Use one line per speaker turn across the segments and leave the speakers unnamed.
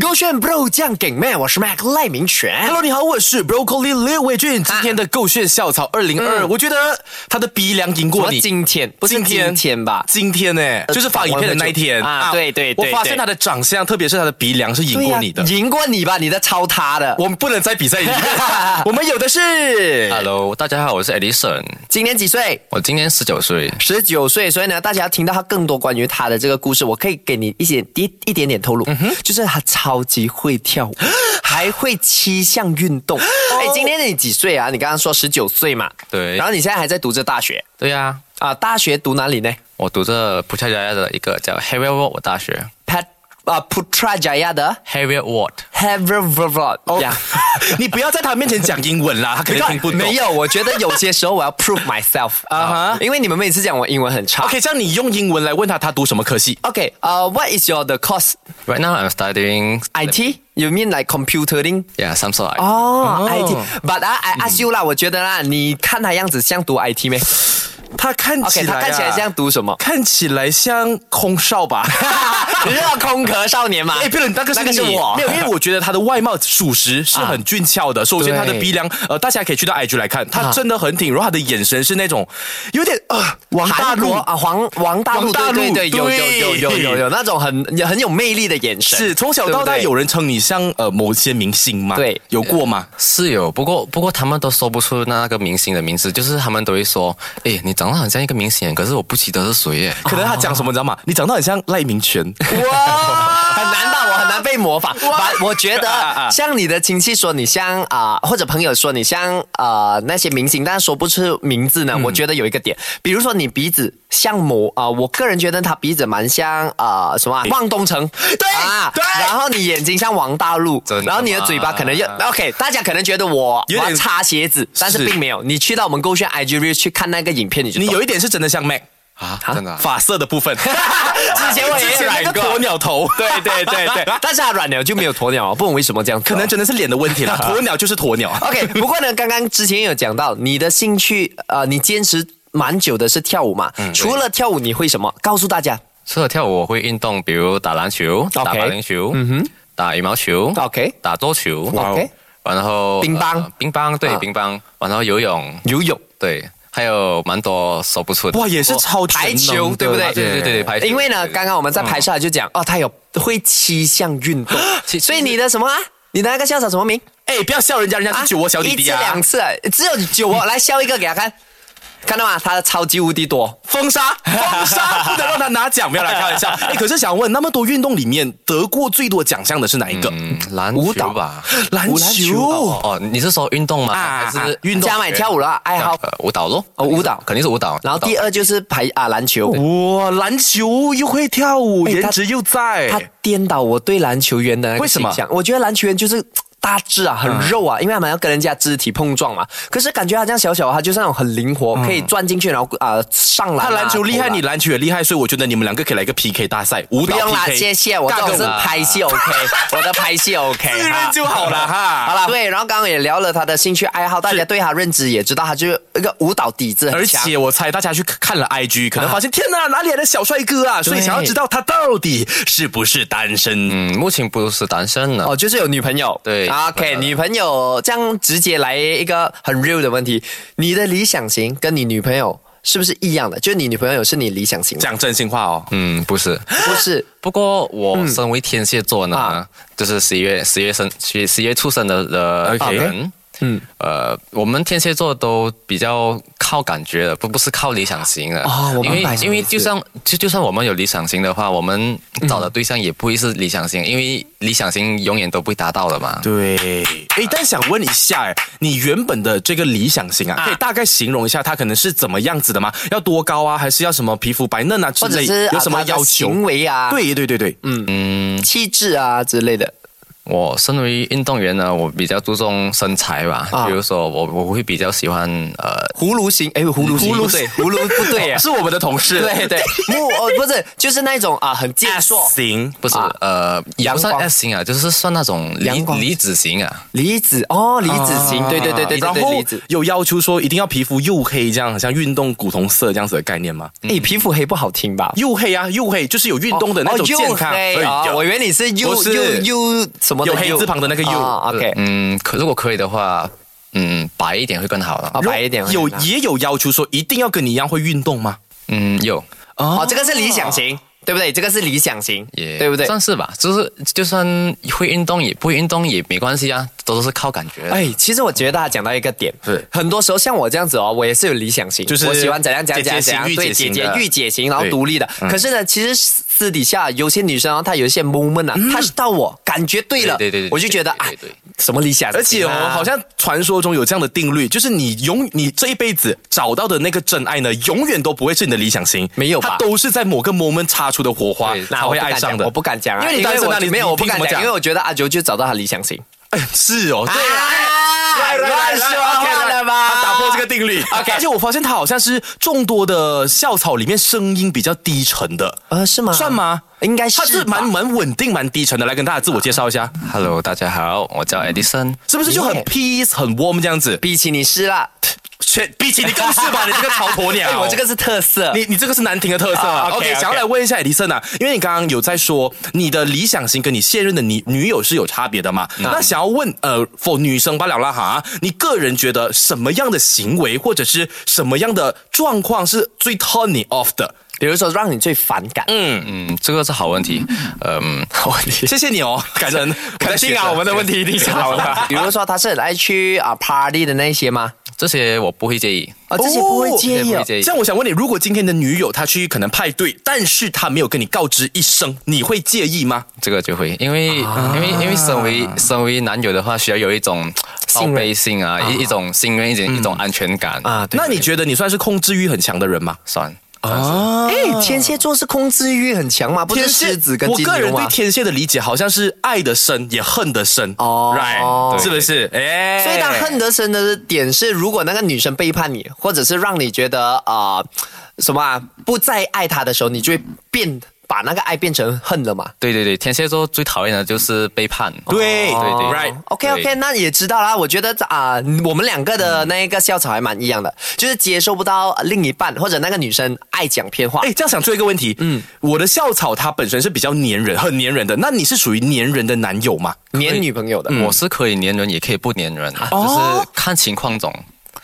勾炫 bro 酱梗妹，我是 Mac 赖明全。
Hello，你好，我是 Broccoli 刘伟俊。今天的狗炫校草二零
嗯
二，我觉得他的鼻梁赢过
我
你。
今天不是今天吧？
今天呢、
呃
就是发影片的那一天
啊对对对
我发现他的长相，特别是他的鼻梁是赢过你的。
对呀赢过你吧？你的超他的。
我们不能再比赛一遍， 我们有的是。
Hello，大家好，我是 Edison，
今年几岁？
我今年十九岁。
十九岁，所以呢，大家听到他更多关于他的这个故事，我可以给你一些一一点点透露，
嗯
就是他超级会跳舞， 还会七项运
哦
动。哎，今年你几岁啊？你刚刚说十九岁嘛？
对
然后你现在还在读着大学
对呀、
啊？大学读哪里呢
我读着普查加亚的一个叫 Harriet Ward 大学。
？Pat 啊，Putrajaya 的
Harriet Ward，
Havervard
哦 你不要在他面前讲英文啦，他肯定听不懂。
没有，我觉得有些时候我要 prove myself 啊、
啊
哈，因为你们每次讲我英文很差。
OK，这样你用英文来问他，他读什么科系？
OK，呃、w h a t is your the course?
Right now I'm studying
IT? You mean like computing?
yeah Samsung IT.
哦、i t But 啊、i ask you 啦，我觉得啦，你看他样子像读 IT 没
他看起
？OK，
来、？
他看起来像，读什么
看起来像空 少吧？
你知道空壳少年吗？
哎，不是，那个是
那个是
你
我
没有，因为我觉得他的外貌属实是很俊俏的。首先，
对啊
他的鼻梁，呃，大家可以去到 IG 来看，他真的很挺。然后他的眼神是那种有点呃，王大
韩
陆
国啊，黄王大陆，
王大陆
对对对，有有
对
有有有有那种很很有魅力的眼神，
是从小
对不
到大
对
有人称你像呃某些明星吗？
对
有 过吗？
是有，不过不过他们都说不出那个明星的名字，就是他们都会说，哎，你长得很像一个明星，可是我不记得是谁耶。
可能他讲什么你知道
哦
吗？你长得很像赖 明权，
哇，很难吧？我很难被模仿。我我觉
啊
得像你的亲戚说你像啊、或者朋友说你像啊、那些明星，但是说不出名字呢。
嗯
我觉得有一个点，比如说你鼻子像某啊、我个人觉得他鼻子蛮像啊、什么啊望东城，对啊
对
然后你眼睛像王大陆
真的，吗
然后你的嘴巴可能又 OK。大家可能觉得我
有
我
点
要擦鞋子，但是
是
并没有。你去到我们勾选 IG Reels 去看那个影片，你就
你
懂
有一点是真的像 Mac。
啊，真的、啊？
发色的部分， 之
前我也染
那个
过
鸵鸟头，对
对对 对，但是他软了就没有鸵鸟，不懂为什么这样子哦，
可能真的是脸的问 题了。鸵鸟就是鸵鸟，
OK，不过呢，刚刚之前有讲到你的兴趣，呃，你坚持蛮久的是跳舞嘛？除了跳舞，你会什么？告诉大家。
除了跳舞，我会运动，比如打篮球、打
OK
保龄球、打羽毛球、
OK
打桌球、
哇哦 OK
然后
乒乓
呃乒乓对、
啊
乒乓，然后游泳，
游泳，
对，还有蛮多说不出的。
哇，也是超全
排
能
球，
的
对不对？
对对对对排球
因为呢，
对
刚刚我们在拍摄就讲，哦，他有会七项运 动，所以你的什么啊？你的那个校草什么名？
哎，不要笑人家，人家是酒窝小弟弟
一次
啊
两，次，只有九 哦，来笑一个给他看，看到吗？他的超级无敌多。
封杀，封杀，不能让他拿奖，不要来开玩笑。 哎，可是想问，那么多运动里面得过最多奖项的是哪一个？
嗯，篮
舞
球
蹈
吧。
篮球
哦。哦，你是说运动吗？
啊
还是
运动
呃加买跳舞了，爱 好。
呃舞蹈咯？
哦舞蹈
肯定是舞蹈。
然后第
二，
二就是排啊篮球，
哇，篮球又会跳舞，
哎他
颜值又在
他。颠倒我对篮球员的那个
为什么嗯
形象。我觉得篮球员就是大只啊，很肉啊，因为他们要跟人家肢体碰撞嘛。可是感觉他这样小小啊，他就是那种很灵活，可以钻进去，然后啊、呃上篮、啊。
嗯他篮球厉害，
投篮
你篮球也厉害，所以我觉得你们两个可以来一个 PK 大赛，舞
不
蹈
用啦，
PK。
谢谢。我这种是
尬个舞
拍 戏 OK，我的拍戏 OK，
自认就好了哈
好了，对，然后刚刚也聊了他的兴趣爱好，大家对他认知也知道，他就是一个舞蹈底子很
而
强。啊
且我猜大家去看了 IG，可能发现、天哪，哪里来的小帅哥啊？所以想要知道他到底是不是单身。
嗯，目前不是单身呢。
哦，就是有女朋友。
对
啊，OK，女 朋友这样直接来一个很 real 的问题，你的理想型跟你女朋友是不是一样的？就你女朋友是你理想型吗？
讲真心话哦，
嗯，不是。
不是。
不过我身为天蝎座呢，
啊
就是十一月十月生十十月出生的的
OK
人。嗯，呃，我们天蝎座都比较靠感觉的，不不是靠理想型的。
哦我明
因
白
为
什么
因为
意思
就算就就算我们有理想型的话，我们找的对象也不会是理想型，因为理想型永远都不会达到的嘛。
对。哎，但想问一下，哎，你原本的这个理想型啊，可以大概形容一下他可能是怎么样子的吗？要多高啊，还是要什么皮肤白嫩啊 之
或者
类？
是啊
有什么
他的
要求
行？为啊，
对对对对，嗯，
气质啊之类的。
我身为运动员呢，我比较注重身材吧，
啊
比如说我我会比较喜欢呃，
葫芦形，哎，葫芦形不对，葫芦不对呀
哎 ，是我们的同事，
对对，木哦不是，就是那种啊很健硕
S 型
不是、
啊
呃，也不算
阳光
S 型啊，就是算那种
阳
离
光
离子型啊，
离子哦，离子型，对对对对对
啊然
对，
后
离子。
有要求说一定要皮肤黝黑，这样很像运动古铜色这样子的概念吗？
哎，皮肤黑不好听吧？
黝黑啊，黝黑就是有嗯运动的那种健
哦黝
康。
黑
哎
哦
呀
我以为你是
不
又
是
又又什么的
有黑
又
字旁的那个又
哦 OK，
嗯，可如果可以的话，嗯，白一点会更好了。
啊白一点会
有
更好
也有要求说一定要跟你一样会运动吗？
嗯，有
啊
哦，这个是理想型，对不对？这个是理想型，
也
对不对？
算是吧，就是就算会运动也不会运动也没关系啊，都是靠感觉。
哎，其实我觉得他讲到一个点，
是
很多时候像我这样子哦，我也是有理想型，
就是
我喜欢怎样怎样怎
姐姐
样怎样，
型御
对
姐
姐
型
姐
的
御姐型，然后
对嗯
独立的。可是呢，其实私底下有些女生啊，她有一些 moment 啊，
嗯
她是到我感觉对了，
对对对对
我就觉得啊
对对对，
什么理想型啊，
而且哦，好像传说中有这样的定律，就是你永你这一辈子找到的那个真爱呢，永远都不会是你的理想型，
没有吧
它都是在某个 moment 擦出的火花，
对
才会爱上的。
我不敢讲，我不敢讲啊，
因为你
我
单身啊，你
没有，
你
我不
凭什
敢
么
讲，因为我觉得阿九就找到他理想型。
哎是哦，对啊。
啊乱
哦
说话了吧？
他打破这个定律。
OK
而且我发现他好像是众多的校草里面声音比较低沉的，
呃，是吗？
算吗？
应该是
他
吧，
哎是啊蛮蛮稳定、蛮低沉的。来跟大家自我介绍一下，
Hello，大家好，我叫 Edison。
是不是就很
耶
peace、很 warm 这样子？
比起你是啦，
全比起你更是吧，你这个潮鸵
哎
鸟，
我这 个是特色。
你你这个是难听的特色啊。
啊，OK，
OK，,
OK
想要来问一下李森啊，因为你刚刚有在说你的理想型跟你现任的女女友是有差别的嘛？那想要问呃，for 女生罢了啦哈，你个人觉得什么样的行为或者是什么样的状况是最 turn 你 off 的？
比如说让你最反感，
嗯，这个是好问题。嗯，好问题。
谢谢你哦， 感恩，
肯定啊我们的问
题一定是好的。
比如说他是很爱去啊 party 的那些吗？
这些我不会介意。
哦
啊，这些不会介意
这些不
哦
会介意
像我想问你，如果今天的女友她去可能派对，但是她没有跟你告知一声，你会介意吗？
这个就会，因为、
啊
因为因为身为身为男友的话，需要有一种
信任
报备性啊，一一种信任，一种、一种安全感啊，
啊。对，
那你觉得你算是控制欲很强的人吗？
算。
啊，
哎，天蝎座是控制欲很强嘛？不是狮子跟
我
金
个人
牛
对
吗？
天蝎的理解好像是爱的深也恨的深
哦
，right，
哦
是不是？哎，
所以他恨得深的点是，如果那个女生背叛你，或者是让你觉得啊、呃什么啊不再爱她的时候，你就会变把那个爱变成恨了嘛？
对对对，天蝎座最讨厌的就是背叛。哦
对
对对
right
OK OK，
对
哦那也知道啦。我觉得啊、我们两个的那个校草还蛮一样的，就是接受不到另一半或者那个女生爱讲偏话。
哎，这样想最后一个问题，嗯，我的校草它本身是比较粘人，很粘人的，那你是属于粘人的男友吗？
黏女朋友的，
嗯我是可以粘人，也可以不粘人，
哦
就是看情况总，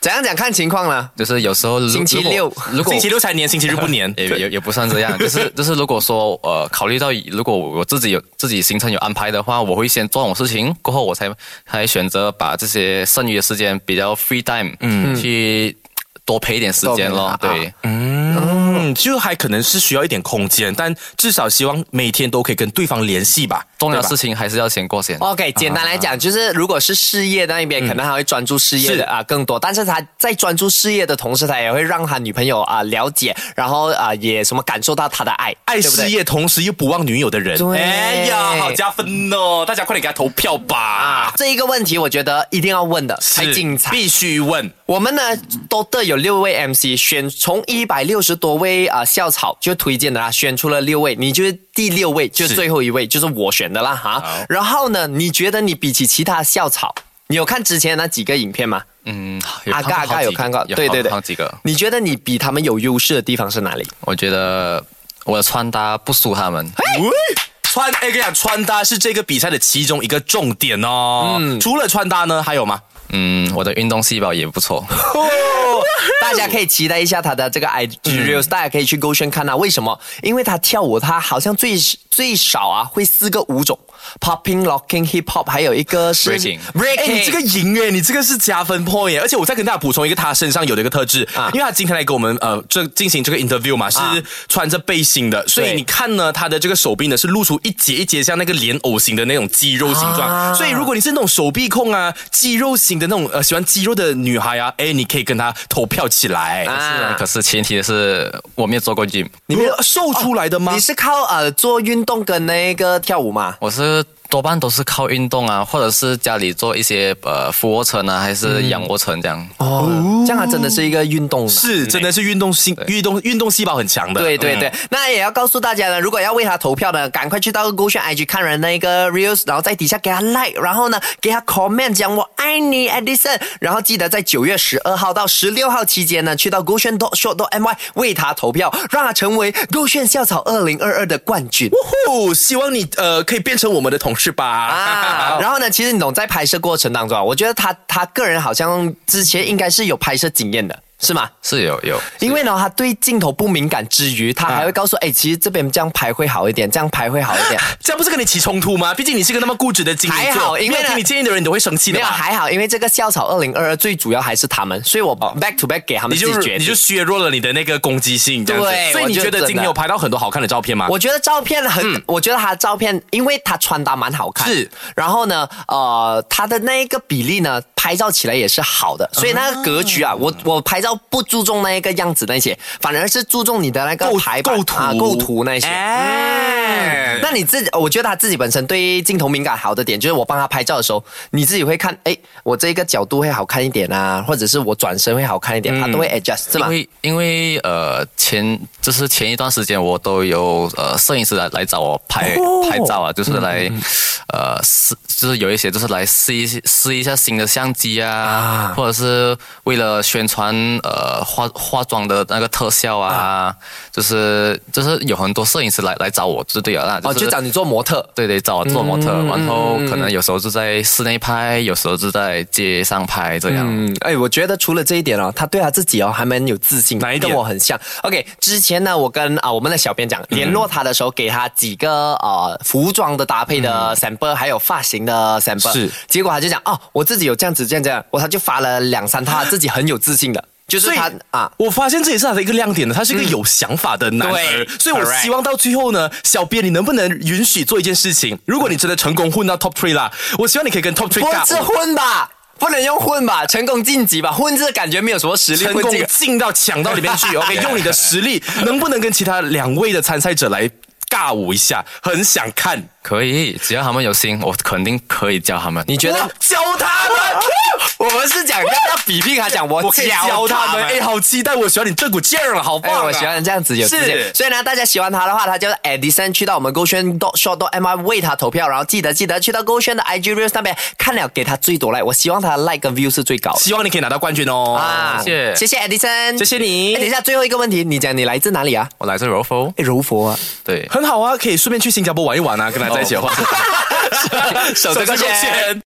怎样讲看情况呢？
就是有时候如
星期六
如果如果，
星期六才粘，星期日不 粘
也也也不算 这样，就是就是如果说呃，考虑到如果我自己有自己行程有安排的话，我会先做这种事情，过后我才才选择把这些剩余的时间比较 free time，嗯，去多陪一点时间咯，
多陪
对，
嗯，就还可能是需要一点空间，但至少希望每天都可以跟对方联系吧。
重要
对吧
的事情还是要先过先。
OK，简单来讲，就是如果是事业那一边，可能他会专注事业
是
的啊更多，但嗯是他在专注事业的同时，他也会让他女朋友啊了解，然后啊也什么感受到他的爱，
爱
对不对
事业，同时又不忘女友的人，
对
哎呀，好加分哦！大家快点给他投票吧
啊。这一个问题，我觉得一定要问的
是
才精彩。
必须问。
我们呢都各有六位 MC 选，从一百六十多位啊、校草就推荐的啦，选出了六位，你就是第六位，就是是最后一位，就是我选的啦哈。然后呢，你觉得你比起其他校草，你有看之前那几个影片吗？
嗯，有
阿
看
嘎阿
好
嘎
几
有
个
看过，
有
对对对，
好几个，
你觉得你比他们有优势的地方是哪里？
我觉得我的穿搭不输他们。
喂穿，哎，跟你讲，穿搭是这个比赛的其中一个重点哦。
嗯
除了穿搭呢，还有吗？
嗯，我的运动细胞也不错。
大家可以期待一下他的这个 IG reels，、大家可以去勾选看啊。为什么？因为他跳舞，他好像最最少啊会四个舞种，popping、locking、hip hop，还有一个是
Breaking
哎，你这个赢哎，你这个是加分 point 哎，而且我再跟大家补充一个他身上有的一个特质，因为他今天来给我们呃这进行这个 interview 嘛，是
啊
穿着背心的，所以
对
你看呢，他的这个手臂呢是露出一节一节像那个莲藕型的那种肌肉形状，
啊
所以如果你是那种手臂控啊、肌肉型的那种呃喜欢肌肉的女孩啊，哎，你可以跟她投票起来。
啊
可是前提是我没有做过 gym，
哦
你们瘦出来的吗？
你是靠呃做运动跟那个跳舞吗？
我是多半都是靠运动啊，或者是家里做一些呃俯卧撑啊，还是仰卧撑这样。
哦，这样它真的是一个运动。
是真的是运动性运动运动细胞很强的。嗯
对对对，那也要告诉大家呢，如果要为他投票呢，赶快去到勾选 IG 看人那一个 reels，然后在底下给他 like，然后呢给他 comment 讲我爱你 Edison，然后记得在九月十二号到十六号期间呢，去到勾选 dot s h o t dot my 为他投票，让他成为勾选校草二零二二的冠军。
哦，希望你呃可以变成我们的同事吧。
啊，然后呢？其实你懂，在拍摄过程当中啊，我觉得他他个人好像之前应该是有拍摄经验的，是吗？
是有有，
因为呢，他对镜头不敏感之余，他还会告诉，哎、其实这边这样拍会好一点，这样拍会好一点。
这样不是跟你起冲突吗？毕竟你是个那么固执的金牛座，
还好因为呢
没有听你建议的人，你都会生气
没
的
有
吧？
还好，因为这个校草二零二二最主要还是他们，所以我 back to back 给他们
你
自己
就
决定。
哦你就削弱了你的那个攻击性，这样子
对
所以
我
你
觉
觉
得
得
真的
金牛拍到很多好看的照片吗？
我觉得照片很，我觉得他的照片，因为他穿搭蛮好看，
嗯是。
然后呢，呃，他的那一个比例呢，拍照起来也是好的，所以那个格局啊，我我拍照不注重那一个样子那些，反而是注重你的那个
构
排版
构图
啊、构图那些。
哎
嗯那你自己，我觉得他自己本身对镜头敏感好的点，就是我帮他拍照的时候，你自己会看，哎，我这个角度会好看一点啊，或者是我转身会好看一点，他都
嗯
会 adjust 是
因
吗？
为因为呃前就是前一段时间我都有呃摄影师来来找我拍、
哦
拍照啊，就是来、
嗯
呃试就是有一些就是来试一些试一下新的相机啊，或者是为了宣传呃化化妆的那个特效啊，就是就是有很多摄影师来来找我就对了啦，
哦，
是
就找你做嗯模特。
对对，找我做模特，然后可能有时候就在室内拍，有时候就在街上拍这样。
嗯，哎，我觉得除了这一点哦，他对他自己哦还蛮有自信，
哪一点
跟我很像。OK，之前呢，我跟啊、我们的小编讲，联络他的时候，给他几个呃服装的搭配的 sample，、还有发型的 sample，
嗯是
结果他就讲哦，我自己有这样子这样这样，我他就发了两三套，他自己很有自信的，就是
所以
他啊。嗯
我发现这也是他的一个亮点呢，他是一个有想法的男儿，
对
所以我
correct
希望到最后呢，小编你能不能允许做一件事情？如果你真的成功混到 top three 啦，我希望你可以跟 top three
不
尬
是混吧，不能用混吧，成功晋级吧，混这感觉没有什么实力，
成
混
功
这个
进到抢到里面 去，OK，用你的实力，能不能跟其他两位的参赛者来尬舞一下？很想看，
可以，只要他们有心，我肯定可以教他们。
你觉 得
哇教他们，
我们是讲要比拼，还讲我
我可以教他们，哎，好期待，我喜欢你这股劲儿了，好棒、啊
哎，我喜欢这样子有自信
是。
所以呢，大家喜欢他的话，他就 Edison 去到我们勾选 dot shot dot my 为他投票，然后记得记得去到勾选的 IG reels 那边看了给他最多 like，我希望他的 like 跟 view 是最高的
希望你可以拿到冠军哦！啊，
谢谢
谢谢 Edison，
谢谢你
哎等一下最后一个问题，你讲你来自哪里啊？
我来自柔佛，
哎，柔佛啊，
对，
很好啊，可以顺便去新加坡玩一玩啊，跟他在一起的话，
手这个圈。